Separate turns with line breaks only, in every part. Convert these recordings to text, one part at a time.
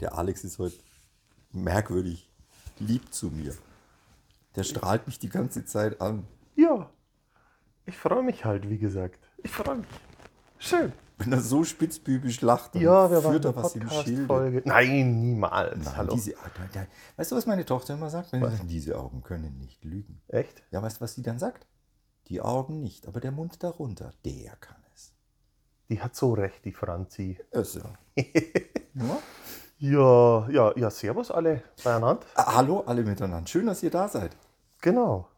Der Alex ist heute merkwürdig lieb zu mir. Der strahlt mich die ganze Zeit an.
Ja, ich freue mich halt, wie gesagt. Ich freue mich. Schön.
Wenn er so spitzbübisch lacht, dann
Ja, wir waren
führt
in
er
der
was im Schilde.
Podcast-Folge. Nein, niemals.
Nein,
Hallo.
diese, Art- Alter, weißt du, was meine Tochter immer sagt? Wenn sie sagt, diese Augen können nicht lügen.
Echt?
Ja, weißt du, was sie dann sagt? Die Augen nicht, aber der Mund darunter, der kann es.
Die hat so recht, die Franzi.
Also. ja.
Ja, ja, ja, servus alle beieinander.
Ah, Hallo alle miteinander. Schön, dass ihr da seid.
Genau.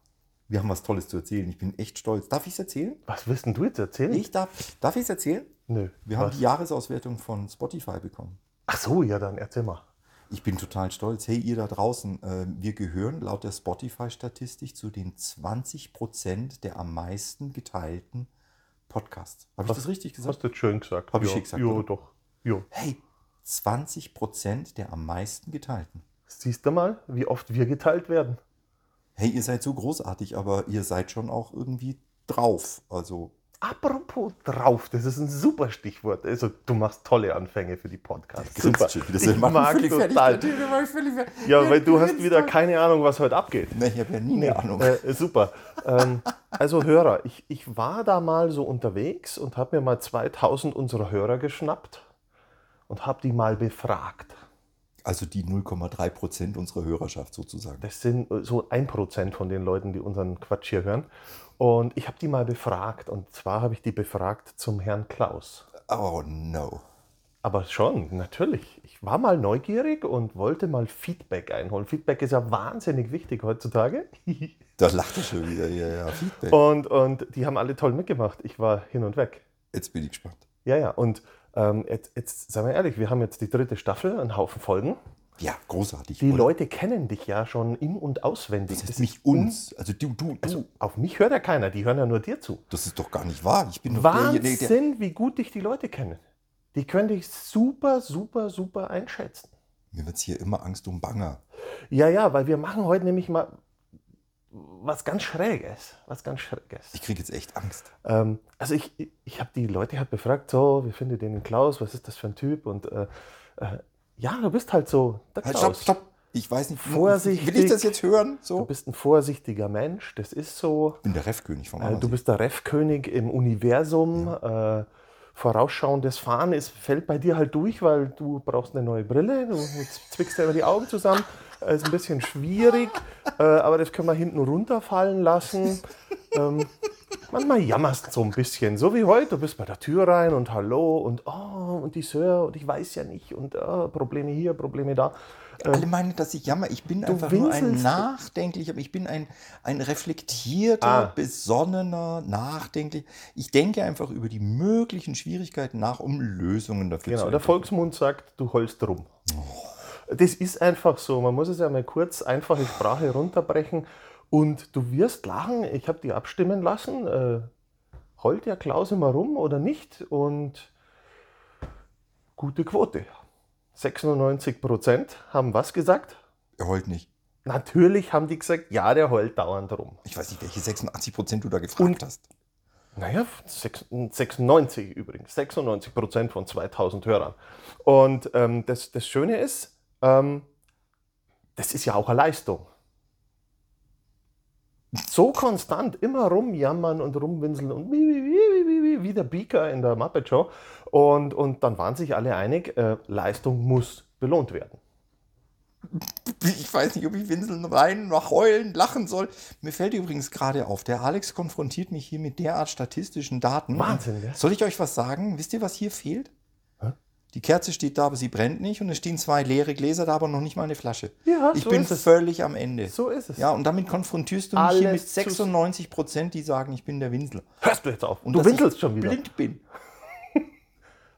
Wir haben was Tolles zu erzählen. Ich bin echt stolz. Darf ich es erzählen?
Was willst denn du jetzt erzählen?
Ich darf. Darf ich es erzählen?
Nö.
Wir haben
was?
die Jahresauswertung von Spotify bekommen.
Ach so, ja, dann erzähl mal.
Ich bin total stolz. Hey, ihr da draußen, äh, wir gehören laut der Spotify-Statistik zu den 20% der am meisten geteilten Podcasts. Habe ich
Was-
das richtig
Hast
gesagt?
du jetzt schön gesagt.
Hab ich
ja.
schick gesagt,
Ja,
oder?
doch. Ja.
Hey, 20% der am meisten geteilten.
Siehst du mal, wie oft wir geteilt werden.
Hey, ihr seid so großartig, aber ihr seid schon auch irgendwie drauf. Also,
Apropos drauf, das ist ein super Stichwort. Also, du machst tolle Anfänge für die Podcasts. Super.
schon wieder.
Ich mag
völlig
total.
fertig. Der macht völlig fertig.
Ja, weil du hast wieder keine Ahnung, was heute abgeht.
Na, ich habe ja nie eine Ahnung.
Äh, super. Ähm, also Hörer, ich, ich war da mal so unterwegs und habe mir mal 2000 unserer Hörer geschnappt und habe die mal befragt.
Also die 0,3% unserer Hörerschaft sozusagen.
Das sind äh, so ein Prozent von den Leuten, die unseren Quatsch hier hören. Und ich habe die mal befragt und zwar habe ich die befragt zum Herrn Klaus.
Oh no.
Aber schon, natürlich. Ich war mal neugierig und wollte mal Feedback einholen. Feedback ist ja wahnsinnig wichtig heutzutage.
Da lacht er schon wieder. Ja, ja, Feedback.
Und, und die haben alle toll mitgemacht. Ich war hin und weg.
Jetzt bin ich gespannt.
Ja, ja, und ähm, jetzt, jetzt seien wir ehrlich, wir haben jetzt die dritte Staffel, einen Haufen Folgen.
Ja, großartig.
Die
oder?
Leute kennen dich ja schon in- und auswendig.
Das heißt
Das ist
nicht uns. Also du, du, du.
un- Auf mich hört ja keiner, die hören ja nur dir zu.
das ist doch gar nicht wahr. Ich bin doch derjenige, der.
Wahnsinn, wie gut dich die Leute kennen. Die können dich super, super, super einschätzen.
Mir wird hier immer Angst um Banger.
Ja, ja, weil wir machen heute nämlich mal was ganz Schräges. Was ganz Schräges.
Ich kriege jetzt echt Angst.
Ähm, also ich, ich- ich habe die Leute halt befragt, so, wie findet ihr den Klaus, was ist das für ein Typ? Und äh, äh, ja, du bist halt so der
Halt,
Klaus.
stopp, stopp. Ich weiß nicht.
Vorsichtig.
Will ich das jetzt hören?
Du
So?
bist ein vorsichtiger Mensch, das ist so.
Ich bin der Refkönig vom
Äh,
Ammersee.
du bist der Refkönig im Universum. Äh, vorausschauendes Fahren ist, fällt bei dir halt durch, weil du brauchst eine neue Brille. Du zwickst dir immer die Augen zusammen. Äh, ist ein bisschen schwierig, äh, aber das können wir hinten runterfallen lassen. Ähm, manchmal jammerst du so ein bisschen, so wie heute. Du bist bei der Tür rein und hallo und oh und die Sir und ich weiß ja nicht und äh, Probleme hier, Probleme da.
Alle meinen, dass ich jammer. Ich bin einfach nur ein
äh, winselst.
nachdenklicher, aber ich bin ein, ein reflektierter,
Ah.
besonnener, nachdenklich. Ich denke einfach über die möglichen Schwierigkeiten nach, um Lösungen dafür
Genau,
zu
der Volksmund sagt, du holst rum. Das ist einfach so. Man muss es einmal kurz, einfache Sprache runterbrechen. Und du wirst lachen. Ich habe die abstimmen lassen. Äh, heult der Klaus immer rum oder nicht? Und gute Quote. 96 Prozent haben was gesagt?
Er heult nicht.
Natürlich haben die gesagt, ja, der heult dauernd rum.
Ich weiß nicht, welche 86 Prozent du da gefragt
Und-
hast.
Naja, sechs- 96 übrigens, 96 Prozent von 2000 Hörern. Und ähm, das, das Schöne ist, ähm, das ist ja auch eine Leistung. So konstant immer rumjammern und rumwinseln und wie, wie, wie, wie, wie, wie, wie der Beaker in der Muppet Show. Und, und dann waren sich alle einig, äh, Leistung muss belohnt werden.
Ich weiß nicht, ob ich winseln, weinen, noch heulen, lachen soll. Mir fällt übrigens gerade auf, der Alex konfrontiert mich hier mit derart statistischen Daten.
Wahnsinn, gell?
Soll ich euch was sagen? Wisst ihr, was hier fehlt?
Hä?
Die Kerze steht da, aber sie brennt nicht. Und es stehen zwei leere Gläser da, aber noch nicht mal eine Flasche.
Ja,
ich
so
bin
ist es.
völlig am Ende.
So ist es.
Ja, und damit konfrontierst du mich hier
Alles
mit
zu-
96 Prozent, die sagen, ich bin der Winsel.
Hörst du jetzt auf? Und
dass
du
ich
winselst schon wieder.
blind bin.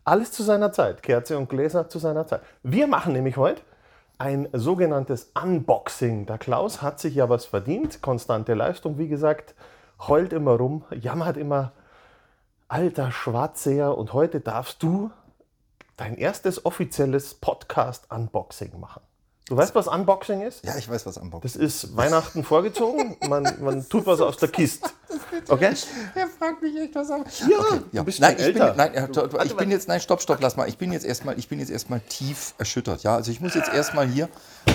Alles zu seiner Zeit. Kerze und Gläser zu seiner Zeit. Wir machen nämlich heute ein sogenanntes Unboxing. Der Klaus hat sich ja was verdient. Konstante Leistung, wie gesagt, heult immer rum, jammert immer. Alter Schwarzseher, und heute darfst du dein erstes offizielles Podcast-Unboxing machen. Du weißt, was Unboxing ist?
Ja, ich weiß, was am Bock
Das ist Weihnachten vorgezogen. Man, man tut was aus der Kiste. Okay?
Er fragt mich echt was an.
Ja,
Ja.
du bist
nein,
nein,
ich bin,
älter.
nein, ja, to- to- ich bin jetzt, nein, stopp, stopp, lass mal. Ich bin jetzt erstmal, ich bin jetzt erstmal tief erschüttert. Ja, also ich muss jetzt erstmal hier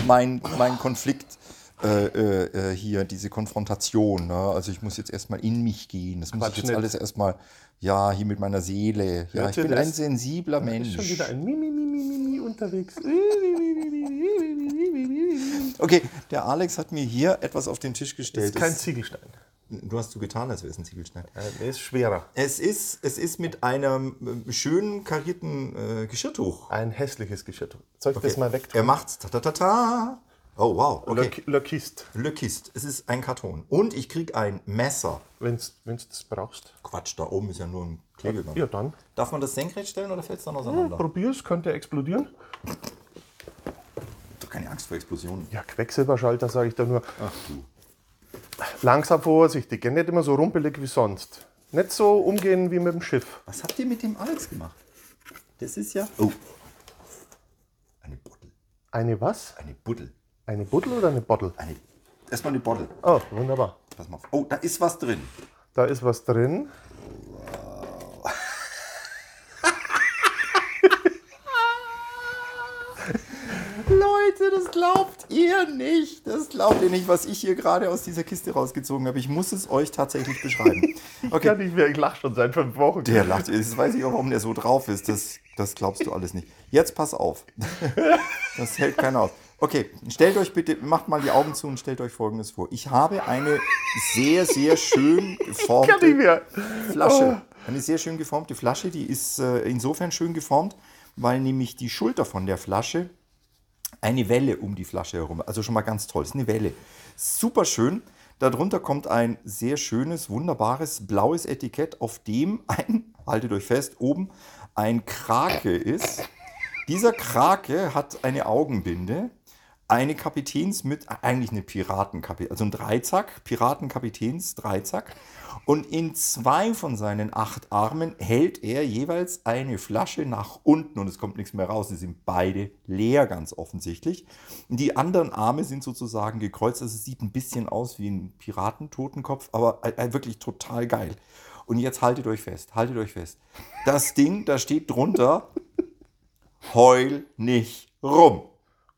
meinen mein Konflikt, äh, äh, äh, hier diese Konfrontation. Ne? Also ich muss jetzt erstmal in mich gehen. Das muss
Quatsch
ich jetzt
nicht.
alles erstmal, ja, hier mit meiner Seele. Ja,
Hört
ich
ihr
bin
das?
ein sensibler
ist schon
Mensch.
wieder ein Mimi, Mimi, Mimi unterwegs.
Okay, der Alex hat mir hier etwas auf den Tisch gestellt. Das-
Ziegelstein.
du hast so getan, als wäre es ein Ziegelstein.
Der Äh, ist schwerer.
Es ist, es ist mit einem äh, schönen karierten äh, Geschirrtuch.
Ein hässliches Geschirr. Soll ich das
Okay.
mal wegtun?
Er macht's. Ta, ta, ta, ta. Oh, wow. Okay.
Lö- Le Kiste,
Le Kist. Es ist ein Karton. Und ich krieg ein Messer.
wenn du das brauchst.
Quatsch, da oben ist ja nur ein Klebeband.
Ja, dann.
Darf man das senkrecht stellen oder fällt es dann auseinander?
Probier's, könnte explodieren.
Doch keine Angst vor Explosionen.
Ja, Quecksilberschalter, sage ich da nur. Ach du. Langsam vorsichtig, gell? nicht immer so rumpelig wie sonst. Nicht so umgehen wie mit dem Schiff.
Was habt ihr mit dem Alex gemacht? Das ist ja. Oh. Eine Bottle.
Eine was?
Eine Buddel.
Eine Buddel oder eine Bottle?
Eine. Erstmal eine Bottle.
Oh, wunderbar.
Pass mal auf. Oh, da ist was drin.
Da ist was drin.
Leute, das glaubt ihr nicht. Das glaubt ihr nicht, was ich hier gerade aus dieser Kiste rausgezogen habe. Ich muss es euch tatsächlich beschreiben.
Ich kann nicht mehr, ich lache schon seit fünf Wochen.
Der lacht. Jetzt weiß ich auch, warum der so drauf ist. Das, das glaubst du alles nicht. Jetzt pass auf. Das hält keiner aus. Okay, stellt euch bitte, macht mal die Augen zu und stellt euch Folgendes vor. Ich habe eine sehr, sehr schön
Ich kann nicht
geformte
mehr.
Flasche. Eine sehr schön geformte Flasche. Die ist äh, insofern schön geformt, weil nämlich die Schulter von der Flasche eine Welle um die Flasche herum. Also schon mal ganz toll. Ist eine Welle. Super schön. Darunter kommt ein sehr schönes, wunderbares blaues Etikett, auf dem ein, haltet euch fest, oben ein Krake ist. Dieser Krake hat eine Augenbinde, eine Kapitäns mit, eigentlich eine Piratenkapitäns, also ein Dreizack, Piratenkapitäns Dreizack. Und in zwei von seinen acht Armen hält er jeweils eine Flasche nach unten und es kommt nichts mehr raus. Sie sind beide leer, ganz offensichtlich. Die anderen Arme sind sozusagen gekreuzt, also es sieht ein bisschen aus wie ein Piratentotenkopf, aber äh, äh, wirklich total geil. Und jetzt haltet euch fest, haltet euch fest. Das Ding, da steht drunter, Heul nicht rum.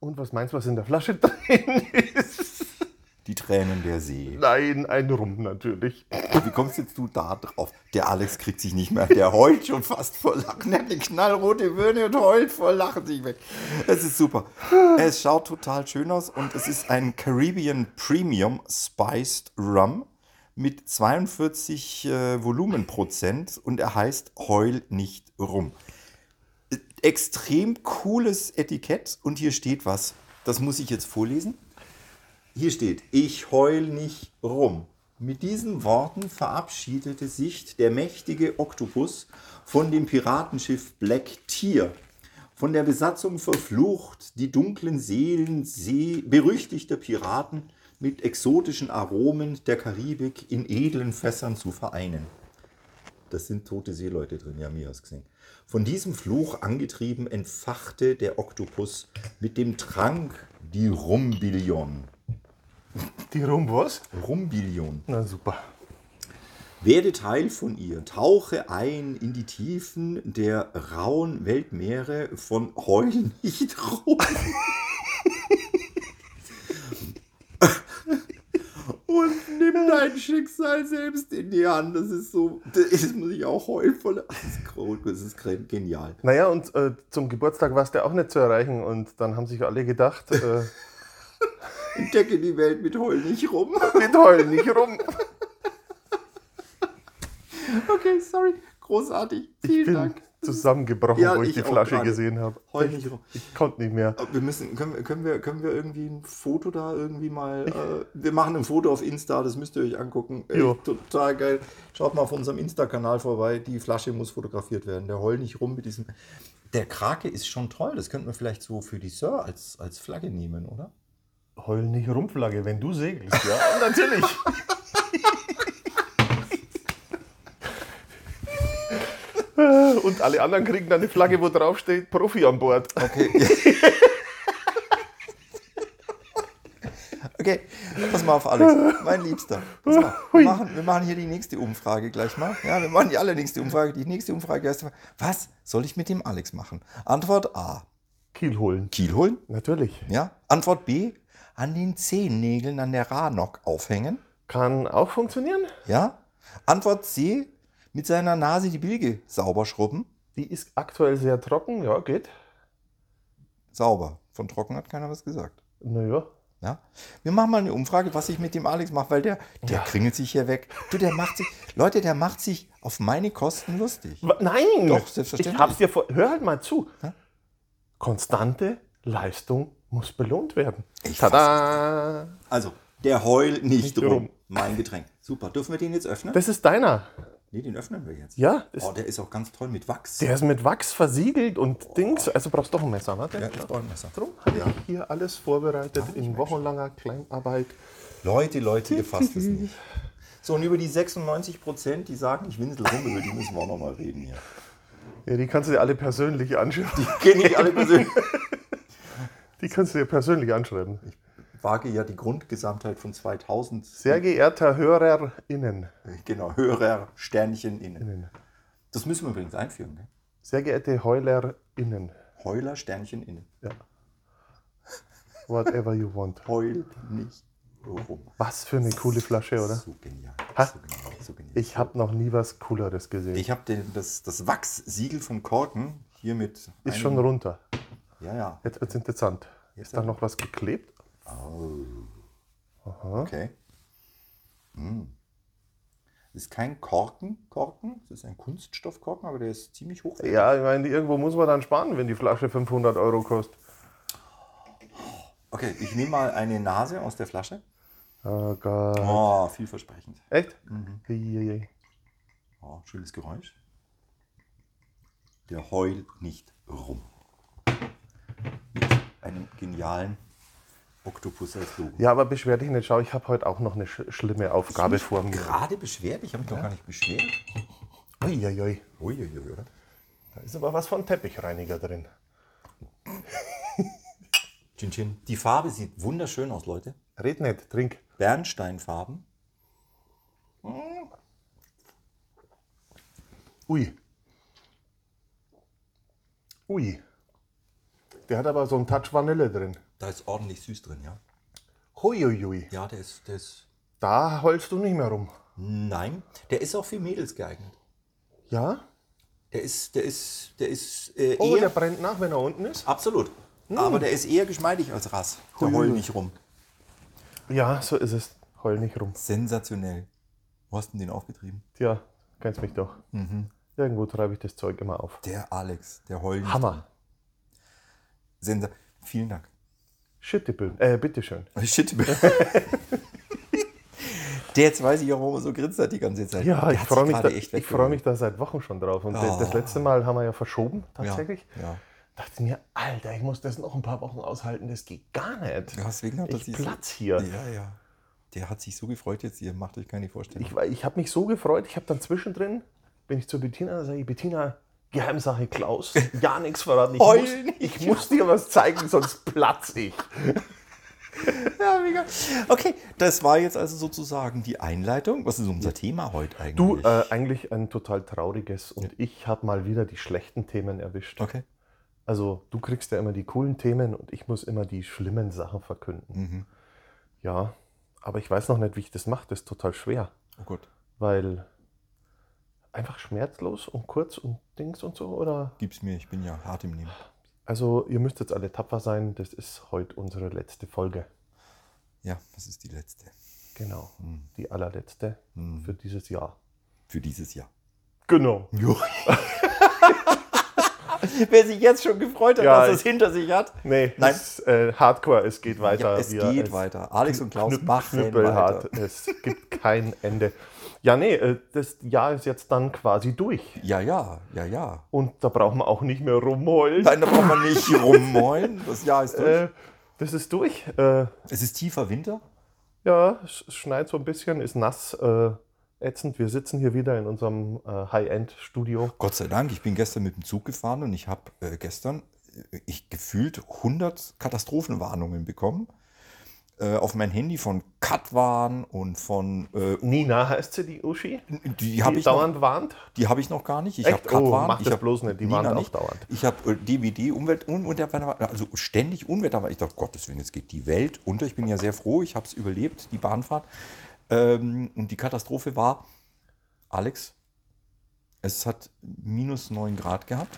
Und was meinst du, was in der Flasche drin ist?
Die Tränen der See.
Nein, ein Rum natürlich.
Wie kommst jetzt du da drauf? Der Alex kriegt sich nicht mehr. Der heult schon fast vor Lachen. Er hat eine knallrote Birne und heult vor Lachen sich weg. Es ist super. Es schaut total schön aus und es ist ein Caribbean Premium Spiced Rum mit 42 äh, Volumenprozent und er heißt Heul nicht rum. Äh, extrem cooles Etikett und hier steht was. Das muss ich jetzt vorlesen. Hier steht, ich heul nicht rum. Mit diesen Worten verabschiedete sich der mächtige Oktopus von dem Piratenschiff Black Tier. Von der Besatzung verflucht, die dunklen Seelen See berüchtigter Piraten mit exotischen Aromen der Karibik in edlen Fässern zu vereinen. Das sind tote Seeleute drin, ja, mir hast gesehen. Von diesem Fluch angetrieben entfachte der Oktopus mit dem Trank die Rumbillion.
Die Rum was?
Rumbillion.
Na super.
Werde Teil von ihr, tauche ein in die Tiefen der rauen Weltmeere von Heulen nicht rum. Und nimm dein Schicksal selbst in die Hand. Das ist so, das muss ich auch heulen von der Das ist genial.
Naja, und äh, zum Geburtstag warst du auch nicht zu erreichen. Und dann haben sich alle gedacht, äh,
Entdecke die Welt mit Heulen nicht rum.
wir heulen nicht rum.
Okay, sorry. Großartig.
Ich
Vielen
bin
Dank.
zusammengebrochen,
Ja,
wo ich,
ich
die
auch
Flasche
gerade.
gesehen habe.
Heul
Echt,
nicht rum.
Ich konnte nicht mehr.
Aber Wir müssen, können, wir- können, wir, können wir irgendwie ein Foto da irgendwie mal. Äh, wir machen ein Foto auf Insta, das müsst ihr euch angucken. Äh,
Jo.
total geil. Schaut mal auf unserem Insta-Kanal vorbei. Die Flasche muss fotografiert werden. Der heul nicht rum mit diesem. Der Krake ist schon toll. Das könnten wir vielleicht so für die Sir als, als Flagge nehmen, oder?
Heul nicht Rumpflagge, wenn du segelst, ja? Natürlich. Und alle anderen kriegen dann eine Flagge, wo drauf steht Profi an Bord.
Okay, pass mal auf, Alex, mein Liebster. Pass mal, wir, machen, wir machen hier die nächste Umfrage gleich mal. Ja, wir machen die allernächste Umfrage. Die nächste Umfrage heißt, was soll ich mit dem Alex machen? Antwort A,
Kiel holen.
Kiel holen.
Natürlich.
Ja? Antwort B, an den Zehennägeln an der Ranok aufhängen.
Kann auch funktionieren.
Ja? Antwort C, mit seiner Nase die Bilge sauber schrubben.
Die ist aktuell sehr trocken, ja, geht.
Sauber. Von trocken hat keiner was gesagt.
Naja.
Ja? Wir machen mal eine Umfrage, was ich mit dem Alex mache, weil der, der
Ja.
kringelt sich hier weg. Du, der macht sich, Leute, der macht sich auf meine Kosten lustig.
Wa- Nein!
Doch, selbstverständlich.
Ich hab's dir vor. Hör halt mal zu.
Hä?
Konstante Leistung muss belohnt werden. Ah.
Ich
Tada!
Also, der heul nicht
rum.
Mein Getränk. Super. Dürfen wir den jetzt öffnen?
Das ist deiner.
Nee, den öffnen wir jetzt.
Ja, das,
Oh, der ist auch ganz toll mit Wachs.
der ist mit Wachs versiegelt und Dings. Also brauchst doch ein Messer, warte.
Ja, ich brauch ein Messer.
Drum habe ich hier alles vorbereitet in wochenlanger Kleinarbeit.
Leute, Leute, ihr fasst es nicht. So, und über die 96 Prozent, die sagen, ich winsel rum, über die müssen wir auch nochmal reden hier.
Ja, die kannst du dir alle persönlich anschreiben.
Kenne ich alle persönlich.
Die kannst du dir persönlich anschreiben.
Wage ja die Grundgesamtheit von 2000.
Sehr geehrter HörerInnen.
Genau, Hörer, Sternchen innen.
Innen.
Das müssen wir übrigens einführen, gell?
Sehr geehrte HeulerInnen.
Heuler, Sternchen innen.
Ja. Whatever you want.
Heul nicht rum.
Was für eine coole Flasche, oder?
So genial.
Ha?
So genial, so genial.
Ich habe noch nie was Cooleres gesehen.
Ich habe das, das Wachssiegel vom Korken hier mit.
ist
einem-
schon runter.
Ja, ja.
Jetzt wird's interessant.
Jetzt
ist da
ja.
noch was geklebt?
Okay. Mm. Das ist kein Korken, Korken, das ist ein Kunststoffkorken, aber der ist ziemlich hoch.
Ja, ich meine, irgendwo muss man dann sparen, wenn die Flasche 500 Euro kostet.
Okay, ich nehme mal eine Nase aus der Flasche.
Oh Gott.
Oh, vielversprechend.
Echt?
Mhm.
Eieiei.
Oh, schönes Geräusch. Der heult nicht rum. Mit einem genialen Oktopus als Logo.
Ja, aber beschwer dich nicht. Schau, ich habe heute auch noch eine sch schlimme Aufgabe vor mir.
Gerade beschwert? Ich habe mich noch gar nicht beschwert.
Eieiei.
Uiuiui, oder?
Da ist aber was von Teppichreiniger drin.
Chin Chin. Die Farbe sieht wunderschön aus, Leute.
Red nicht, trink.
Bernsteinfarben.
Ui. Ui. Der hat aber so einen Touch Vanille drin.
Da ist ordentlich süß drin, ja.
Huiuiui.
Ja, der ist, der ist.
Da heulst du nicht mehr rum.
Nein, der ist auch für Mädels geeignet.
Ja?
Der ist, der ist, der ist äh,
Oh, der Hm.
eher.
brennt nach, wenn er unten ist.
Absolut. Aber der ist eher geschmeidig als Rass. Der
Huiuiui.
heult nicht rum.
Ja, so ist es. Heul nicht rum.
Sensationell. Wo hast du den aufgetrieben?
Tja, kennst mich doch.
Mhm.
Irgendwo treibe ich das Zeug immer auf.
Der Alex, der heult. nicht.
Hammer.
Sensa Vielen Dank.
Schittebüll. Äh, bitteschön.
Shit. der jetzt weiß ich auch, warum er so grinst hat die ganze Zeit.
Ja,
Der
ich
hat
freue
sich
mich, da,
gerade echt
ich freu mich
weggeholt.
da seit Wochen schon drauf. Und das- das
Oh.
letzte Mal haben wir ja verschoben, tatsächlich.
Ja, ja.
Dachte mir, Alter, ich muss das noch ein paar Wochen aushalten, das geht gar nicht.
Ja, deswegen hat er
ich
sich
platz hier.
Ja, ja. Der hat sich so gefreut jetzt, ihr macht euch keine Vorstellung.
Ich, war- ich habe mich so gefreut, ich habe dann zwischendrin, bin ich zu Bettina, sage ich, Bettina, Geheimsache Klaus, ja nichts verraten. Ich
Heul
muss,
nicht.
ich muss dir was zeigen, sonst platz ich.
Ja, mega. Okay, das war jetzt also sozusagen die Einleitung. Was ist unser Thema heute eigentlich?
Du, äh, eigentlich ein total trauriges und ich habe mal wieder die schlechten Themen erwischt.
okay.
Also du kriegst ja immer die coolen Themen und ich muss immer die schlimmen Sachen verkünden.
Mhm.
Ja, aber ich weiß noch nicht, wie ich das mache. Das ist total schwer,
Oh Gott.
weil einfach schmerzlos und kurz und Dings und so, oder?
Gib's mir, ich bin ja hart im Nehmen.
Also ihr müsst jetzt alle tapfer sein. Das ist heute unsere letzte Folge.
Ja, das ist die letzte.
Genau,
Mhm.
die allerletzte
Mhm.
für dieses Jahr.
Für dieses Jahr.
Genau.
Jo. Wer sich jetzt schon gefreut hat,
Ja,
dass er es
ich-
hinter sich hat.
Nee,
Nein.
Es, äh, Hardcore, es geht weiter.
Ja, es
Wir-
geht weiter. Alex und Klaus
knüpp-
machen
knüppelhart.
weiter.
Es gibt kein Ende. Ja, nee, äh, das Jahr ist jetzt dann quasi durch.
Ja, ja, ja, ja.
Und da braucht man auch nicht mehr rumheulen.
Nein, da braucht man nicht rummoin. Das Jahr ist durch.
Äh, das ist durch. Äh,
Es ist tiefer Winter.
ja, es es schneit so ein bisschen, ist nass, äh, ätzend. Wir sitzen hier wieder in unserem äh, High-End-Studio.
Gott sei Dank, ich bin gestern mit dem Zug gefahren und ich habe äh, gestern äh, ich gefühlt 100 Katastrophenwarnungen bekommen äh, auf mein Handy von Katwan und von äh,
Nina heißt sie, die Uschi.
die habe ich noch,
dauernd warnt.
die habe ich noch gar nicht. Ich habe
Echt? Oh,
Katwan,
mach
ich
das
hab
bloß nicht, die
Nina
warnt auch
nicht.
dauernd.
Ich habe äh, DWD Umwelt und Unwetter, also ständig Unwetter. Ich dachte, Gottes Willen, jetzt geht die Welt unter. Ich bin ja sehr froh, ich habe es überlebt, die Bahnfahrt. Ähm, und die Katastrophe war, Alex, es hat minus 9 Grad gehabt.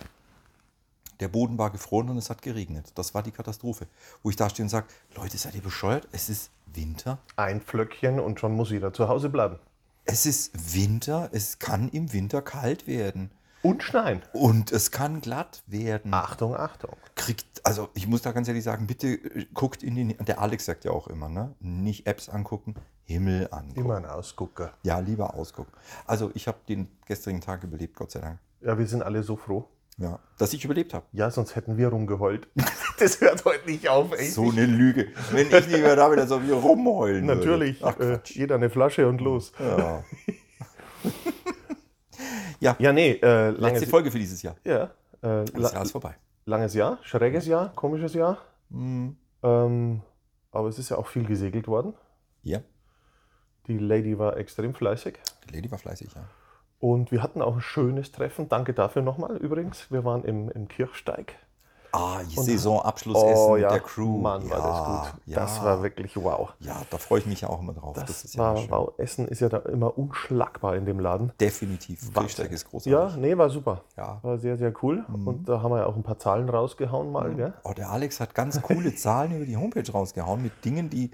Der Boden war gefroren und es hat geregnet. Das war die Katastrophe. Wo ich da stehe und sage, Leute, seid ihr bescheuert? Es ist Winter.
Ein Flöckchen und schon muss jeder zu Hause bleiben.
Es ist Winter. Es kann im Winter kalt werden.
Und schneien.
Und es kann glatt werden.
Achtung, Achtung.
kriegt, also ich muss da ganz ehrlich sagen, bitte äh, guckt in den, der Alex sagt ja auch immer, ne? Nicht Apps angucken, Himmel angucken.
Immer ein Ausgucker.
Ja, lieber ausgucken. Also ich habe den gestrigen Tag überlebt, Gott sei Dank.
Ja, wir sind alle so froh.
Ja, dass ich überlebt habe.
Ja, sonst hätten wir rumgeheult. das hört heute nicht auf, ey.
So eine Lüge. Wenn ich nicht mehr da bin, dann soll ich rumheulen. würde.
Natürlich.
Ach,
äh, jeder eine Flasche und los.
ja.
Ja, nee, äh,
Letzte
langes,
Folge für dieses Jahr.
ja, äh,
Das Jahr
la
ist vorbei.
langes Jahr, schräges Jahr, komisches Jahr.
Hm,
Ähm, aber es ist ja auch viel gesegelt worden.
Ja,
Die Lady war extrem fleißig.
die Lady war fleißig, ja.
Und wir hatten auch ein schönes Treffen. Danke dafür nochmal übrigens. Wir waren im, im Kirchsteig.
Ah,
Und-
Saisonabschlussessen mit der Crew.
Oh, Mann, war das
Ja,
gut.
Ja,
Das war wirklich wow.
ja, da freue ich mich ja auch immer drauf.
Das,
ist ja
war
schön.
wow. Essen ist ja da immer unschlagbar in dem Laden.
Definitiv.
Wahnsinn.
Kirchsteig ist
Ja,
großartig.
nee, war super.
Ja.
War sehr, sehr cool.
Mhm.
Und da haben wir ja auch ein paar Zahlen rausgehauen mal. Gell?
Oh, der Alex hat ganz coole Zahlen über die Homepage rausgehauen mit Dingen, die,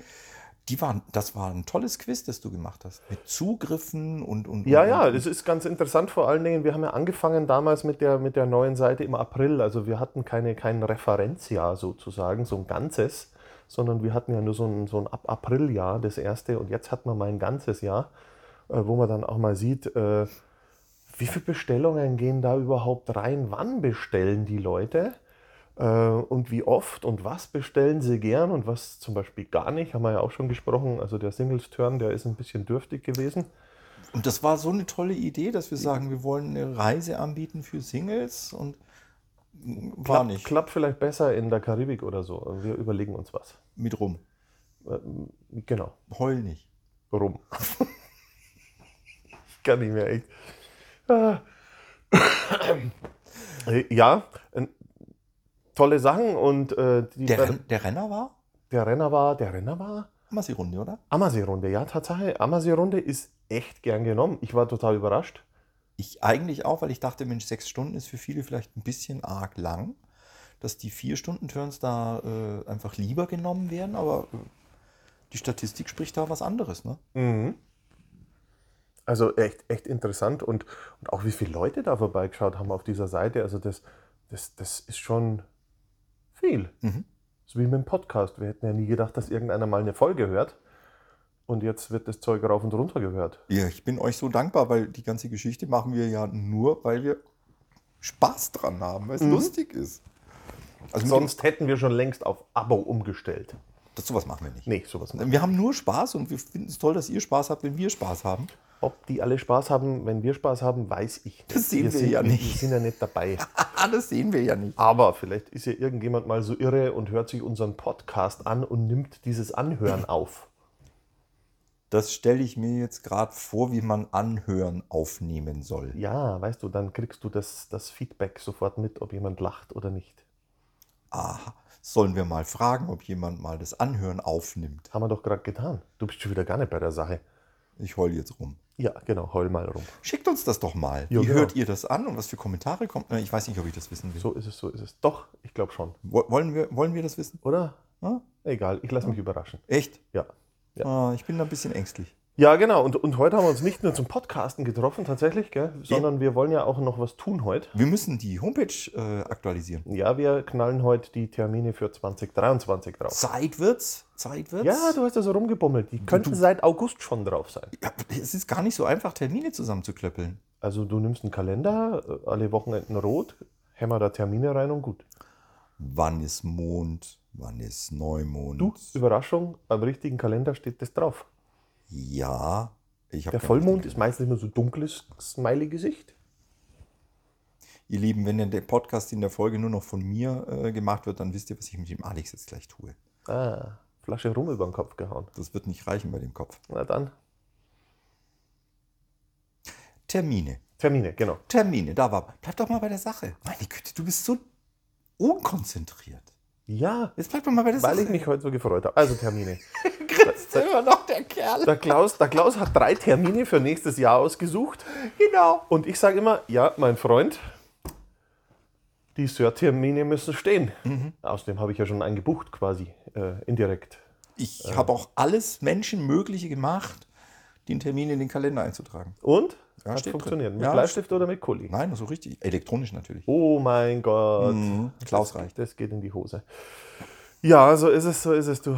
die waren, das war ein tolles Quiz, das du gemacht hast. Mit Zugriffen und. und
Ja,
und,
ja,
und.
das ist ganz interessant vor allen Dingen. Wir haben ja angefangen damals mit der, mit der neuen Seite im April. Also wir hatten keine, kein Referenzjahr sozusagen, so ein ganzes, sondern wir hatten ja nur so ein, so ein Ab April-Jahr, das erste. Und jetzt hat man mal ein ganzes Jahr, äh, wo man dann auch mal sieht, äh, wie viele Bestellungen gehen da überhaupt rein? Wann bestellen die Leute? Äh, Und wie oft und was bestellen sie gern und was zum Beispiel gar nicht, haben wir ja auch schon gesprochen. Also der Singles-Turn, der ist ein bisschen dürftig gewesen.
und das war so eine tolle Idee, dass wir sagen, wir wollen eine Reise anbieten für Singles und war
klappt,
nicht
Klappt vielleicht besser in der Karibik oder so. Also Wir überlegen uns was.
mit rum.
Ähm, Genau,
Heul nicht.
rum. ich kann nicht mehr echt. Ah. Äh, ja, äh, tolle Sachen und äh, die,
Der, Ren der Renner war?
der Renner war, der Renner war
Massi-Runde, oder?
Ammersee-Runde. Ja, Tatsache, Ammersee-Runde ist echt gern genommen. Ich war total überrascht.
Ich eigentlich auch, weil ich dachte, Mensch, sechs Stunden ist für viele vielleicht ein bisschen arg lang, dass die vier Stunden Turns da äh, einfach lieber genommen werden, aber äh, die Statistik spricht da was anderes, ne?
Mhm. Also echt, echt interessant und, und auch wie viele Leute da vorbeigeschaut haben auf dieser Seite. Also das, das, das ist schon viel.
Mhm.
So wie mit dem Podcast. Wir hätten ja nie gedacht, dass irgendeiner mal eine Folge hört. Und jetzt wird das Zeug rauf und runter gehört.
Ja, ich bin euch so dankbar, weil die ganze Geschichte machen wir ja nur, weil wir Spaß dran haben, weil es
Mhm.
lustig ist. Also Sonst
Sonst hätten wir schon längst auf Abo umgestellt.
das, sowas machen wir nicht.
Nee, sowas nicht.
Wir haben nur Spaß und wir finden es toll, dass ihr Spaß habt, wenn wir Spaß haben.
Ob die alle Spaß haben, wenn wir Spaß haben, weiß ich nicht.
Das sehen wir ja nicht.
Wir sind ja nicht dabei.
Alles sehen wir ja nicht.
Aber vielleicht ist ja irgendjemand mal so irre und hört sich unseren Podcast an und nimmt dieses Anhören auf.
Das stelle ich mir jetzt gerade vor, wie man Anhören aufnehmen soll.
Ja, weißt du, dann kriegst du das, das Feedback sofort mit, ob jemand lacht oder nicht.
Aha, sollen wir mal fragen, ob jemand mal das Anhören aufnimmt?
Haben wir doch gerade getan. Du bist schon wieder gar nicht bei der Sache.
Ich heul jetzt rum.
Ja, genau, heul mal rum.
Schickt uns das doch mal.
Ja,
Wie
genau.
hört ihr das an und was für Kommentare kommt? Na, Ich weiß nicht, ob ich das wissen will.
So ist es, so ist es. Doch, ich glaube schon.
Wo- Wollen, wir, wollen wir das wissen?
Oder?
Ja?
Egal, ich lasse mich überraschen.
Echt?
Ja. Ja.
Ah, ich bin da ein bisschen ängstlich.
Ja, genau. Und, und heute haben wir uns nicht nur zum Podcasten getroffen, tatsächlich, gell? sondern wir wollen ja auch noch was tun heute.
Wir müssen die Homepage äh, aktualisieren.
Ja, wir knallen heute die Termine für 2023 drauf.
Zeit wird's. Zeit wird's.
Ja, du hast ja so rumgebummelt. Die könnten seit August schon drauf sein.
Ja, es ist gar nicht so einfach, Termine zusammenzuklöppeln.
Also du nimmst einen Kalender, äh, alle Wochenenden rot, hämmer da Termine rein und gut.
Wann ist Mond? Wann ist Neumond?
Du, Überraschung, am richtigen Kalender steht das drauf.
Ja. Ich hab
Der
keinen
Vollmond
richtigen-
ist meistens immer so dunkles Smiley-Gesicht.
Ihr Lieben, wenn denn der Podcast in der Folge nur noch von mir äh, gemacht wird, dann wisst ihr, was ich mit dem Alex jetzt gleich tue.
Ah, Flasche Rum über den Kopf gehauen.
Das wird nicht reichen bei dem Kopf.
Na dann.
Termine.
Termine, genau.
Termine, da war. Bleib doch mal bei der Sache. Meine Güte, du bist so unkonzentriert.
Ja,
Jetzt bleib doch mal bei der
weil
Sache.
ich mich heute so gefreut habe. Also Termine.
grinst immer noch der Kerl.
Der Klaus, der Klaus hat drei Termine für nächstes Jahr ausgesucht.
Genau.
Und ich sage immer, ja, mein Freund, die Sir-Termine müssen stehen.
Mhm.
Außerdem habe ich ja schon einen gebucht, quasi, äh, indirekt.
Ich habe auch alles Menschenmögliche gemacht, den Termin in den Kalender einzutragen.
Und?
Ja,
Hat
steht
funktioniert.
drin.
Mit
Ja,
Bleistift oder mit Kuli?
Nein, so richtig. Elektronisch natürlich.
Oh mein Gott.
Mhm. Klaus
das,
reicht.
Das geht in die Hose. Ja, so ist es, so ist es. Du,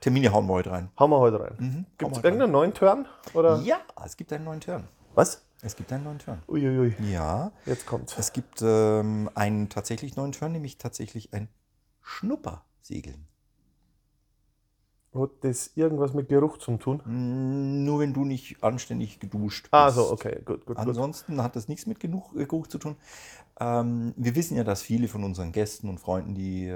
Termine hauen wir heute rein.
hauen wir heute rein. Gibt
Mhm. wir
es
heute
irgendeinen neuen Turn? Oder?
Ja, es gibt einen neuen Turn.
Was?
Es gibt einen neuen Turn.
Uiuiui,
Ja,
jetzt kommt's.
es gibt ähm, einen tatsächlich neuen Turn, nämlich tatsächlich ein Schnuppersegeln.
Hat das irgendwas mit Geruch zu tun?
Mm, Nur wenn du nicht anständig geduscht bist.
Ah, so, okay, gut, gut, gut.
Ansonsten hat das nichts mit genug äh, Geruch zu tun. Ähm, wir wissen ja, dass viele von unseren Gästen und Freunden, die äh,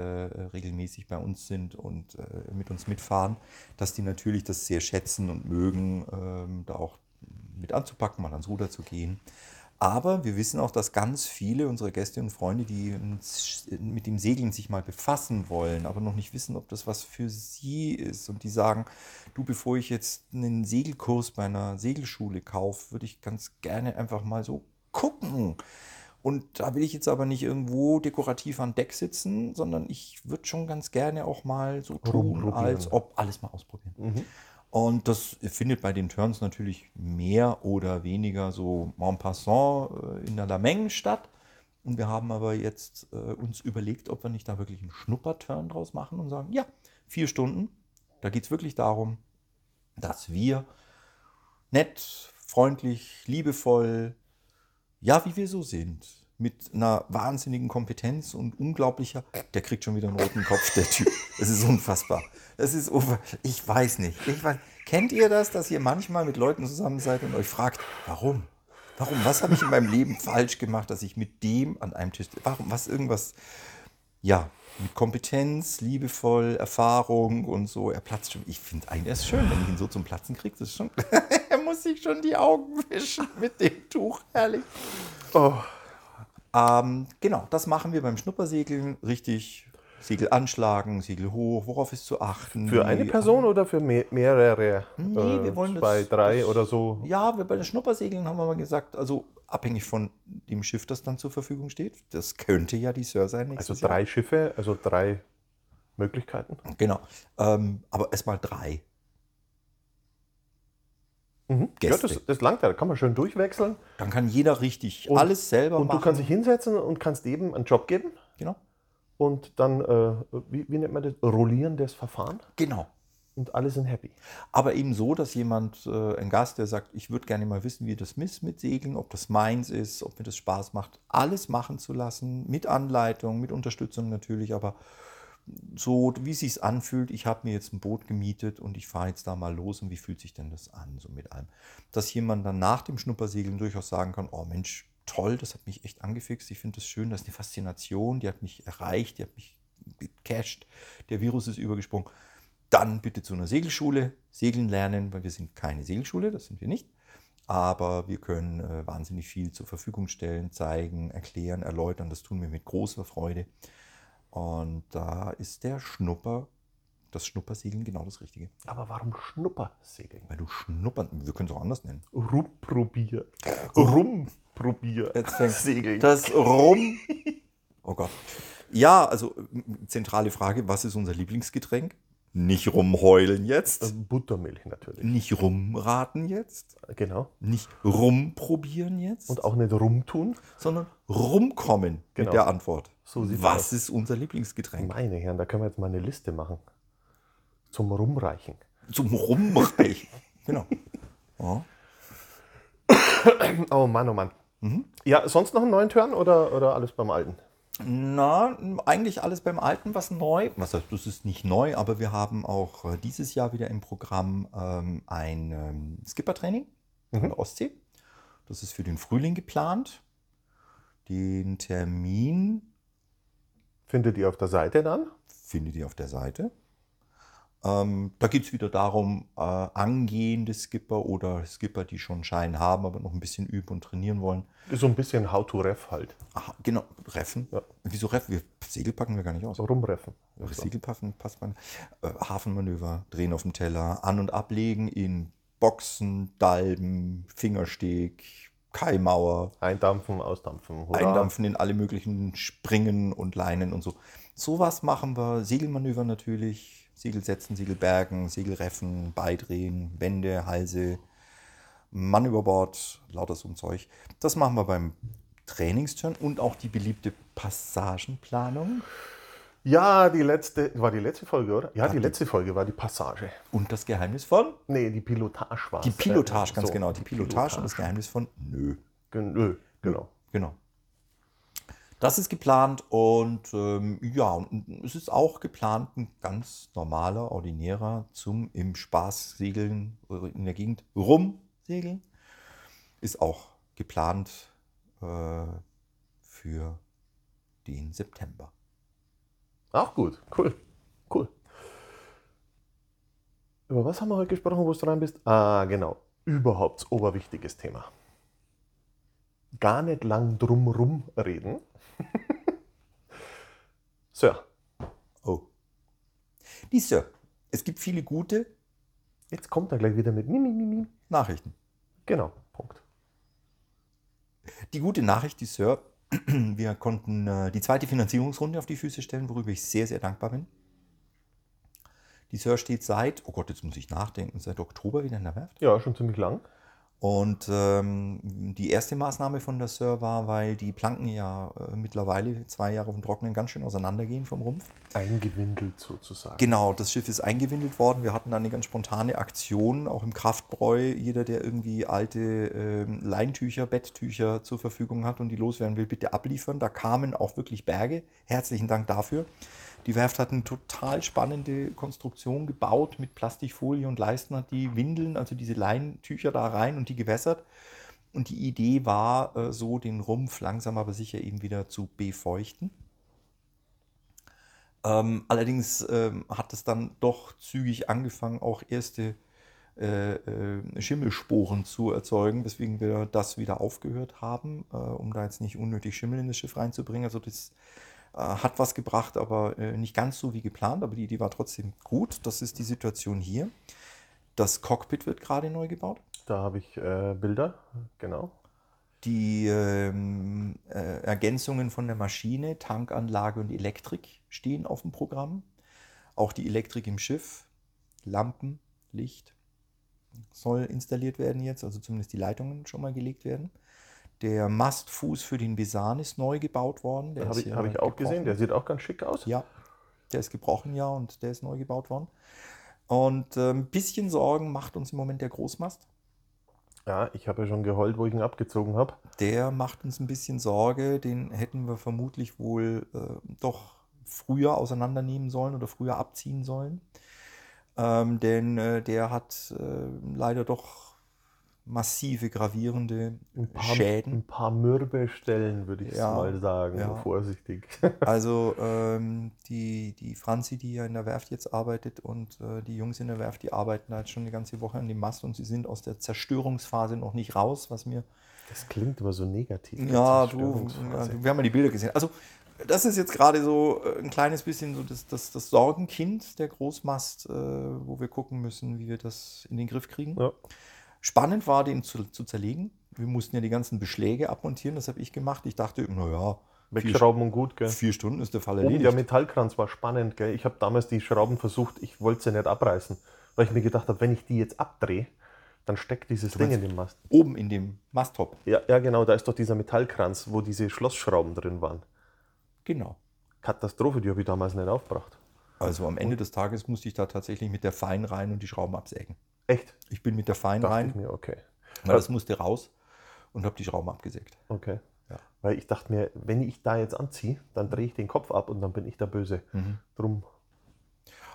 regelmäßig bei uns sind und äh, mit uns mitfahren, dass die natürlich das sehr schätzen und mögen, ähm, da auch mit anzupacken, mal ans Ruder zu gehen. Aber wir wissen auch, dass ganz viele unserer Gäste und Freunde, die uns mit dem Segeln sich mal befassen wollen, aber noch nicht wissen, ob das was für sie ist. Und die sagen, du, bevor ich jetzt einen Segelkurs bei einer Segelschule kaufe, würde ich ganz gerne einfach mal so gucken. Und da will ich jetzt aber nicht irgendwo dekorativ an Deck sitzen, sondern ich würde schon ganz gerne auch mal so tun,
Rumprobieren.
als ob alles mal ausprobieren.
Mhm.
Und das findet bei den Turns natürlich mehr oder weniger so en passant äh, in der Lameng statt. Und wir haben aber jetzt äh, uns überlegt, ob wir nicht da wirklich einen Schnupperturn draus machen und sagen, ja, vier Stunden. Da geht es wirklich darum, dass wir nett, freundlich, liebevoll, ja, wie wir so sind, mit einer wahnsinnigen Kompetenz und unglaublicher, der kriegt schon wieder einen roten Kopf, der Typ. Es ist unfassbar. Es ist unver ich weiß nicht. Ich weiß, kennt ihr das, dass ihr manchmal mit Leuten zusammen seid und euch fragt, warum? Warum? Was habe ich in meinem Leben falsch gemacht, dass ich mit dem an einem Tisch, warum, was irgendwas, ja, mit Kompetenz, liebevoll, Erfahrung und so. Er platzt schon. Ich finde einen, der ist schön, wenn ich ihn so zum Platzen kriege. Das ist schon. er muss sich schon die Augen wischen mit dem Tuch, herrlich.
Oh,
Ähm, genau, das machen wir beim Schnuppersegeln richtig. Segel anschlagen, Segel hoch, worauf ist zu achten?
für eine
Wie-
Person oder für me mehrere?
Nee,
Äh,
wir wollen das-
zwei, drei
das-
oder so.
Ja, wir bei den Schnuppersegeln haben wir mal gesagt, also abhängig von dem Schiff, das dann zur Verfügung steht. Das könnte ja die Sir sein.
Also
nächstes Jahr.
drei Schiffe, also drei Möglichkeiten.
Genau. Ähm, aber erstmal drei.
Mhm. Ja,
Gäste.
das, das langt ja, da kann man schön durchwechseln.
Dann kann jeder richtig
Und-
alles selber
Und
machen.
du kannst dich hinsetzen und kannst jedem einen Job geben.
genau.
Und dann, äh, wie, wie nennt man das? Rollieren das Verfahren.
Genau.
Und alle sind happy.
Aber eben so, dass jemand, äh, ein Gast, der sagt, ich würde gerne mal wissen, wie das ist mit Segeln, ob das meins ist, ob mir das Spaß macht, alles machen zu lassen, mit Anleitung, mit Unterstützung natürlich, aber so, wie es sich anfühlt, ich habe mir jetzt ein Boot gemietet und ich fahre jetzt da mal los und wie fühlt sich denn das an, so mit allem. Dass jemand dann nach dem Schnuppersegeln durchaus sagen kann, oh Mensch, toll, das hat mich echt angefixt, ich finde das schön, das ist eine Faszination, die hat mich erreicht, die hat mich gecasht, der Virus ist übergesprungen dann bitte zu einer Segelschule segeln lernen, weil wir sind keine Segelschule, das sind wir nicht. Aber wir können äh, wahnsinnig viel zur Verfügung stellen, zeigen, erklären, erläutern. Das tun wir mit großer Freude. Und da ist der Schnupper, das Schnuppersegeln genau das Richtige.
Aber warum Schnuppersegeln?
Weil du schnuppern, wir können es auch anders nennen.
Rumprobier.
Oh.
Rumprobier.
Jetzt fängt's-
Segeln.
Das Rum. Oh Gott. Ja, also m- zentrale Frage, was ist unser Lieblingsgetränk? Nicht rumheulen jetzt.
Buttermilch natürlich.
Nicht rumraten jetzt.
Genau.
Nicht rumprobieren jetzt.
Und auch nicht rumtun.
sondern rumkommen
Genau.
mit der Antwort.
So sieht's
Was ist unser Lieblingsgetränk?
Meine Herren, da können wir jetzt mal eine Liste machen. Zum Rumreichen.
Zum Rumreichen. genau. Ja.
Oh Mann, oh Mann. Ja, sonst noch einen neuen Turn oder, oder alles beim Alten?
Na, eigentlich alles beim Alten, was neu. Was heißt, das ist nicht neu, aber wir haben auch äh, dieses Jahr wieder im Programm ähm, ein ähm, Skippertraining an
Mhm.
der Ostsee. Das ist für den Frühling geplant. Den Termin
Findet ihr auf der Seite dann?
findet ihr auf der Seite. Ähm, da geht es wieder darum, äh, angehende Skipper oder Skipper, die schon einen Schein haben, aber noch ein bisschen üben und trainieren wollen.
So ein bisschen How-to-Ref halt.
Aha, genau, Reffen.
Ja.
Wieso Reffen? Wir, Segel packen wir gar nicht aus.
So Also rumreffen.
Eure Segelpaffen passt man. Äh, Hafenmanöver, drehen auf dem Teller, an- und ablegen in Boxen, Dalben, Fingersteg, Kaimauer,
Eindampfen, ausdampfen. hurra.
eindampfen in alle möglichen Springen und Leinen und so. Sowas machen wir. Segelmanöver natürlich, Segel setzen, Segel bergen, Segelreffen, Beidrehen, Wände, Halse, Mann über Bord, lauter so ein Zeug. Das machen wir beim Trainingsturn und auch die beliebte Passagenplanung.
Ja, die letzte, war die letzte Folge, oder? Ja, die
die-
letzte Folge war die Passage.
Und das Geheimnis von
Nee, die Pilotage Äh, war
Die Pilotage, ganz genau. Die Pilotage und das Geheimnis von Nö.
Nö, genau.
Genau. Das ist geplant und ähm, ja, und es ist auch geplant, ein ganz normaler, ordinärer zum im Spaß segeln, äh, in der Gegend rumsegeln. Ist auch geplant äh, für den September.
Auch gut, cool, cool. Über was haben wir heute gesprochen, wo du dran bist? Ah, genau. Überhaupt das oberwichtiges Thema. Gar nicht lang drumrum reden. Sir,
Oh.
Die Sir, es gibt viele gute
jetzt kommt er gleich wieder mit Mimi, Mimi.
Nachrichten.
Genau, Punkt.
Die gute Nachricht ist, Sir, wir konnten äh, die zweite Finanzierungsrunde auf die Füße stellen, worüber ich sehr, sehr dankbar bin. Die Sir steht seit, oh Gott, jetzt muss ich nachdenken, seit Oktober wieder in der Werft.
Ja, schon ziemlich lang.
Und ähm, die erste Maßnahme von der Sir war, weil die Planken ja äh, mittlerweile zwei Jahre auf dem Trockenen ganz schön auseinandergehen vom Rumpf.
Eingewindelt sozusagen.
Genau, das Schiff ist eingewindelt worden. Wir hatten da eine ganz spontane Aktion, auch im Kraftbräu. Jeder, der irgendwie alte ähm, Leintücher, Betttücher zur Verfügung hat und die loswerden will, bitte abliefern. Da kamen auch wirklich Berge. Herzlichen Dank dafür. Die Werft hat eine total spannende Konstruktion gebaut mit Plastikfolie und Leisten, hat die Windeln, also diese Leintücher da rein und die gewässert. Und die Idee war, äh, so den Rumpf langsam aber sicher eben wieder zu befeuchten. Ähm, allerdings ähm, hat es dann doch zügig angefangen, auch erste äh, äh, Schimmelsporen zu erzeugen, weswegen wir das wieder aufgehört haben, äh, um da jetzt nicht unnötig Schimmel in das Schiff reinzubringen. Also das äh, hat was gebracht, aber äh, nicht ganz so wie geplant, aber die Idee war trotzdem gut. Das ist die Situation hier. Das Cockpit wird gerade neu gebaut.
Da habe ich äh, Bilder, genau.
Die ähm, äh, Ergänzungen von der Maschine, Tankanlage und Elektrik stehen auf dem Programm. Auch die Elektrik im Schiff, Lampen, Licht soll installiert werden jetzt, also zumindest die Leitungen schon mal gelegt werden. Der Mastfuß für den Besan ist neu gebaut worden.
Den habe
ist
ich,
ja
hab ich auch
gebrochen.
gesehen. Der sieht auch ganz schick aus.
Ja, der ist gebrochen, ja, und der ist neu gebaut worden. Und äh, ein bisschen Sorgen macht uns im Moment der Großmast.
Ja, ich habe ja schon geheult, wo ich ihn abgezogen habe.
Der macht uns ein bisschen Sorge. Den hätten wir vermutlich wohl äh, doch früher auseinandernehmen sollen oder früher abziehen sollen. Ähm, denn äh, der hat äh, leider doch massive, gravierende
Ein paar,
Schäden.
Ein paar mürbe Stellen, würde ich
Ja,
mal sagen.
ja.
Vorsichtig.
Also ähm, die, die Franzi, die ja in der Werft jetzt arbeitet und äh, die Jungs in der Werft, die arbeiten da jetzt schon eine ganze Woche an dem Mast und sie sind aus der Zerstörungsphase noch nicht raus, was mir
Das klingt immer so negativ.
Ja,
die
du, ja,
Zerstörungsphase.
du, wir haben ja die Bilder gesehen. Also, das ist jetzt gerade so äh, ein kleines bisschen so das, das, das Sorgenkind der Großmast, äh, wo wir gucken müssen, wie wir das in den Griff kriegen.
Ja.
Spannend war, den zu, zu zerlegen. Wir mussten ja die ganzen Beschläge abmontieren, das habe ich gemacht. Ich dachte, naja,
Wegschrauben und gut, gell?
Vier Stunden ist der Fall
Oben
erledigt.
der Metallkranz war spannend, gell? Ich habe damals die Schrauben versucht, ich wollte sie nicht abreißen, weil ich mir gedacht habe, wenn ich die jetzt abdrehe, dann steckt dieses Ding in
meinst-
dem Mast.
Oben in dem Masttop.
Ja, ja, genau, da ist doch dieser Metallkranz, wo diese Schlossschrauben drin waren.
Genau.
Katastrophe, die habe ich damals nicht aufgebracht.
Also am Ende des Tages musste ich da tatsächlich mit der Fein rein und die Schrauben absägen.
Echt?
Ich bin mit der Fein
Dachte
rein,
ich mir, okay.
weil das musste raus und habe die Schrauben abgesägt.
Okay.
Ja.
Weil ich dachte mir, wenn ich da jetzt anziehe, dann drehe ich den Kopf ab und dann bin ich der Böse.
Mhm.
Drum.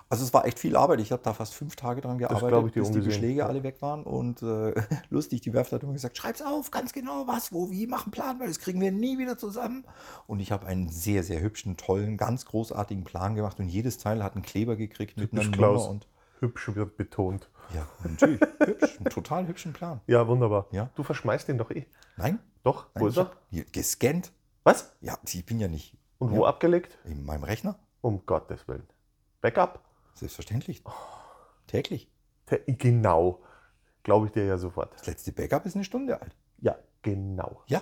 Also es war echt viel Arbeit. Ich habe da fast fünf Tage dran
glaub ich
gearbeitet,
dir
bis die
ungesehen,
Beschläge
ja.
alle weg waren. Und äh, lustig, die Werft hat immer gesagt, schreib's auf, ganz genau, was, wo, wie, mach einen Plan, weil das kriegen wir nie wieder zusammen. Und ich habe einen sehr, sehr hübschen, tollen, ganz großartigen Plan gemacht. Und jedes Teil hat einen Kleber gekriegt mit einer
Typisch
Nummer.
Klaus.
Und,
Hübsch wird betont.
ja, natürlich, hübsch, einen total hübschen Plan.
Ja, wunderbar.
Ja.
Du verschmeißt den doch eh.
Nein,
Doch,
nein
wo ist
ich
er?
hab hier gescannt.
Was?
Ja, ich bin ja nicht
Und wo
Ja.
abgelegt?
in meinem Rechner.
Um Gottes Willen. Backup?
Selbstverständlich.
Oh.
Täglich.
Te- Genau. Glaube ich dir ja sofort.
Das letzte Backup ist eine Stunde alt.
Ja, genau.
Ja.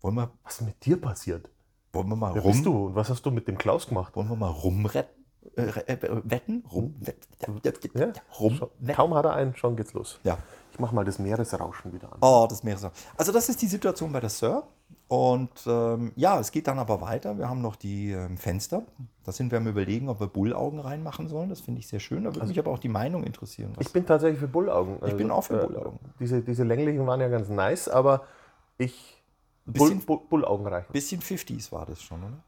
Wollen wir,
Was ist mit dir passiert?
wollen wir mal
Wer
rum?
bist du und was hast du mit dem Klaus gemacht?
Wollen wir mal rumretten? Äh, re- äh, wetten? Rum,
Ja.
rum,
Schau, Kaum hat er einen, schon geht's los.
Ne. Ja.
Ich mache mal das Meeresrauschen wieder an.
Oh, das Meeresrauschen. Also das ist die Situation bei der Sir. Und ähm, ja, es geht dann aber weiter. Wir haben noch die ähm, Fenster. Da sind wir am überlegen, ob wir Bullaugen reinmachen sollen. Das finde ich sehr schön. Da würde mich aber auch die Meinung interessieren. Was
Also Ich bin tatsächlich für Bullaugen.
Ich bin auch für
äh,
Bullaugen.
Diese, diese länglichen waren ja ganz nice, aber ich. Bull,
Bisschen-
Bull, Bullaugen reichen.
bisschen 50s war das schon, oder?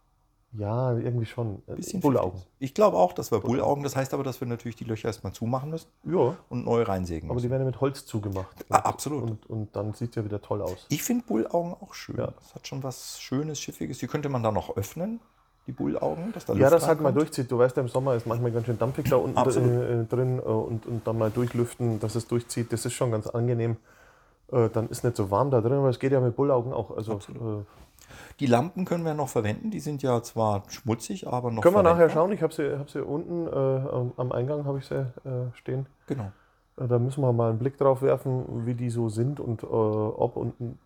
Ja, irgendwie schon. Äh,
Bisschen
Bullaugen.
50s. Ich glaube auch, das war Bullaugen. Das heißt aber, dass wir natürlich die Löcher erstmal zumachen müssen
Ja,
und neu reinsägen
aber
müssen.
die werden ja mit Holz zugemacht.
Ah, absolut.
Und, und dann sieht es ja wieder toll aus.
Ich finde Bullaugen auch schön.
Ja.
Das hat schon was Schönes, Schiffiges. Die könnte man da noch öffnen, die Bullaugen. Dass da
Ja,
Luft
das halt mal
reinkommt.
durchzieht. Du weißt ja, im Sommer ist manchmal ganz schön dampfig da unten
Absolut.
äh, äh, drin äh, und, und dann mal durchlüften, dass es durchzieht. Das ist schon ganz angenehm. Äh, dann ist nicht so warm da drin, aber es geht ja mit Bullaugen auch. Also, äh, können
Die Lampen können wir noch verwenden. Die sind ja zwar schmutzig, aber noch.
wir nachher
verwendbar.
schauen. Ich habe sie, hab sie unten äh, am- am Eingang habe ich sie äh, stehen.
Genau.
Äh, da müssen wir mal einen Blick drauf werfen, wie die so sind und äh, ob und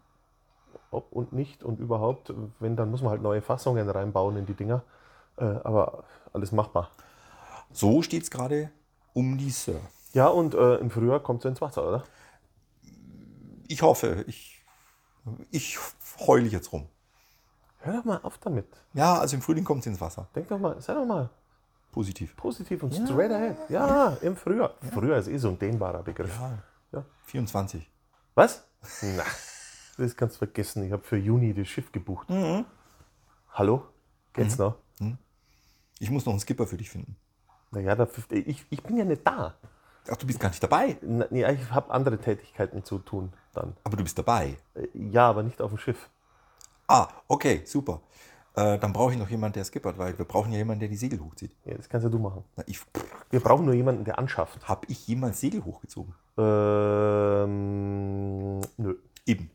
ob und nicht und überhaupt. Wenn, dann muss man halt neue Fassungen reinbauen in die Dinger. Äh, aber alles machbar.
So steht es gerade um die Sir.
Ja, und äh, im Frühjahr kommt sie ins Wasser, oder?
Ich hoffe, ich, ich heule jetzt rum.
Hör doch mal auf damit.
Ja, also im Frühling kommt es ins Wasser.
Denk doch mal, sei doch mal
Positiv.
positiv und straight ahead. Ja, im Frühjahr. Frühjahr ist eh so ein dehnbarer Begriff.
Ja.
Ja.
24.
Was? Na, das kannst du vergessen. Ich habe für Juni das Schiff gebucht. Hallo? Geht's noch?
Ich muss noch einen Skipper für dich finden.
Naja, da, ich, ich bin ja nicht da.
Ach, du bist gar nicht dabei.
Na, nee, ich habe andere Tätigkeiten zu tun dann.
Aber du bist dabei.
Äh, Ja, aber nicht auf dem Schiff.
Ah, okay, super. Äh, dann brauche ich noch jemanden, der skippert, weil wir brauchen ja jemanden, der die Segel hochzieht.
Ja, das kannst ja du machen.
Na, ich,
Wir brauchen nur jemanden, der anschafft.
habe ich jemals Segel hochgezogen?
Ähm, nö.
Eben.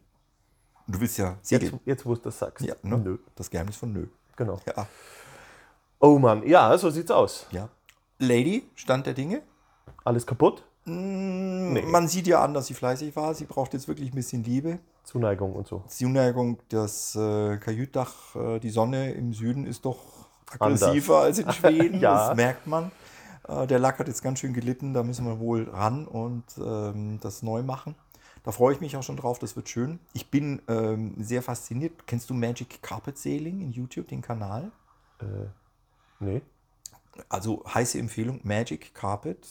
Du willst ja
Jetzt,
Segel.
jetzt wo du das sagst.
Ja, ne?
Nö.
Das Geheimnis von Nö.
Genau.
Ja. ah,
Oh Mann, ja, so sieht's aus.
Ja. Lady, Stand der Dinge.
Alles kaputt?
Mm,
Nee.
Man sieht ja an, dass sie fleißig war. Sie braucht jetzt wirklich ein bisschen Liebe.
Zuneigung und so.
Zuneigung, das äh, Kajütdach, äh, die Sonne im Süden ist doch
Anders.
aggressiver als in Schweden.
Ja.
Das merkt man. Äh, der Lack hat jetzt ganz schön gelitten. Da müssen wir wohl ran und ähm, das neu machen. Da freue ich mich auch schon drauf. Das wird schön. Ich bin ähm, sehr fasziniert. Kennst du Magic Carpet Sailing in YouTube, den Kanal?
Äh, nee.
Also heiße Empfehlung, Magic Carpet.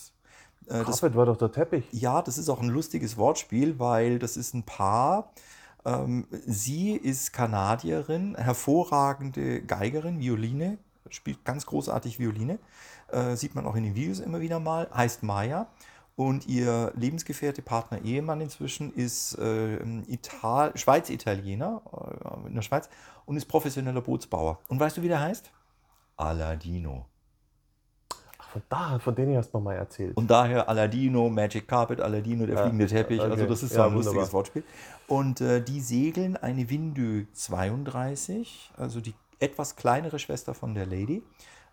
Äh, das,
Carpet war doch der Teppich.
ja, das ist auch ein lustiges Wortspiel, weil das ist ein Paar. Ähm, sie ist Kanadierin, hervorragende Geigerin, Violine, spielt ganz großartig Violine. Äh, sieht man auch in den Videos immer wieder mal, heißt Maya. Und ihr Lebensgefährte, Partner, Ehemann inzwischen ist äh, Ital Schweiz-Italiener äh, in der Schweiz und ist professioneller Bootsbauer. Und weißt du, wie der heißt? Aladino.
Ach, von da, von denen hast du mir mal erzählt.
Und daher Aladino, Magic Carpet, Aladino, der
Ja,
fliegende Teppich.
okay.
Also das ist ja,
Ja,
ein lustiges
wunderbar.
Wortspiel. Und äh, die segeln eine Windö 32, also die etwas kleinere Schwester von der Lady,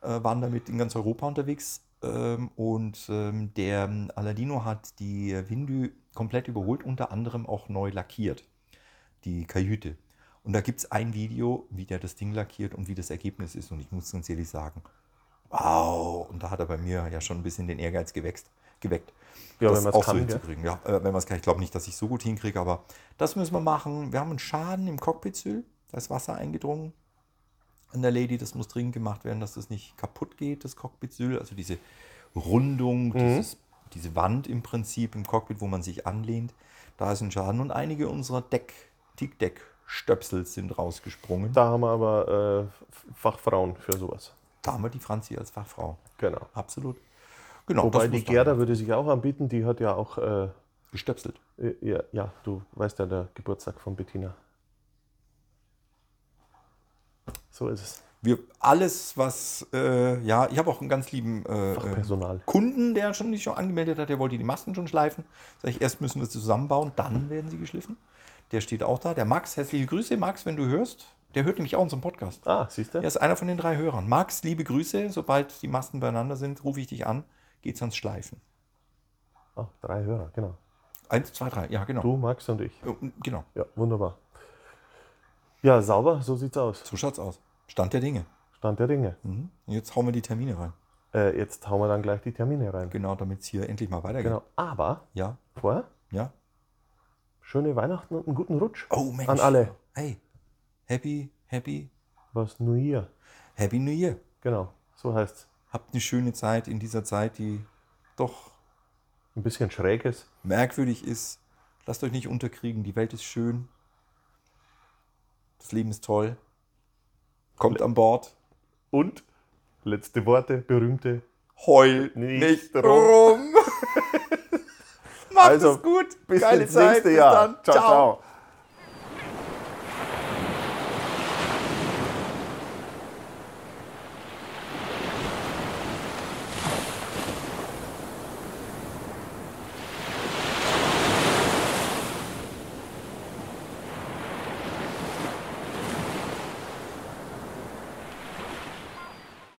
äh, waren damit in ganz Europa unterwegs. Ähm, und ähm, der ähm, Aladino hat die Windö komplett überholt, unter anderem auch neu lackiert, die Kajüte. Und da gibt es ein Video, wie der das Ding lackiert und wie das Ergebnis ist. Und ich muss ganz ehrlich sagen, wow. Und da hat er bei mir ja schon ein bisschen den Ehrgeiz gewächst, geweckt,
Ja,
das
wenn man's
auch
kann,
so
gell?
hinzukriegen. Ja, äh, wenn man es kann, ich glaube nicht, dass ich so gut hinkriege, aber das müssen wir machen. Wir haben einen Schaden im Cockpitsyl, da ist Wasser eingedrungen. An der Lady, das muss dringend gemacht werden, dass das nicht kaputt geht, das Cockpitsyl. Also diese
Mhm.
Rundung, dieses, diese Wand im Prinzip im Cockpit, wo man sich anlehnt, da ist ein Schaden. Und einige unserer Deck, Tick-Deck-Stöpsel sind rausgesprungen.
Da haben wir aber äh, Fachfrauen für sowas.
Da haben wir die Franzi als Fachfrau.
Genau.
Absolut. Genau.
Wobei
das muss
die
man
Gerda würde sich auch anbieten, die hat ja auch, äh,
gestöpselt.
äh, ja, ja, du weißt ja, der Geburtstag von Bettina. So ist es.
Wir alles, was äh, ja, ich habe auch einen ganz lieben äh, äh,
Fachpersonal.
Kunden, der schon nicht schon angemeldet hat, der wollte die Masten schon schleifen. Sag ich, erst müssen wir sie zusammenbauen, dann werden sie geschliffen. Der steht auch da. Der Max, herzliche Grüße, Max, wenn du hörst. Der hört nämlich auch unseren Podcast.
Ah, siehst du?
Er ist einer von den drei Hörern. Max, liebe Grüße. Sobald die Masten beieinander sind, rufe ich dich an. Geht's ans Schleifen.
Ah, drei Hörer, genau.
Eins, zwei, drei. Ja, genau.
Du, Max und ich.
Ja, Genau.
Ja, wunderbar. Ja, sauber, so sieht's aus.
So schaut's aus. Stand der Dinge.
Stand der Dinge.
Mhm. Jetzt hauen wir die Termine rein.
Äh, jetzt hauen wir dann gleich die Termine rein.
Genau, damit es hier endlich mal weitergeht.
Genau. Aber
Ja,
vorher,
ja.
schöne Weihnachten und einen guten Rutsch.
Oh Mensch.
An alle.
Hey, happy, happy,
Was New Year.
happy New Year.
Genau, so heißt's.
Habt eine schöne Zeit in dieser Zeit, die doch
Ein bisschen schräges.
merkwürdig ist. Lasst euch nicht unterkriegen. Die Welt ist schön. Das Leben ist toll. Kommt an Bord.
Und letzte Worte, berühmte.
Heul
Nicht
nicht,
rum.
rum. Macht
Also,
es gut.
bis
Geile
ins
Zeit.
nächste Jahr.
Bis dann.
Ciao, ciao.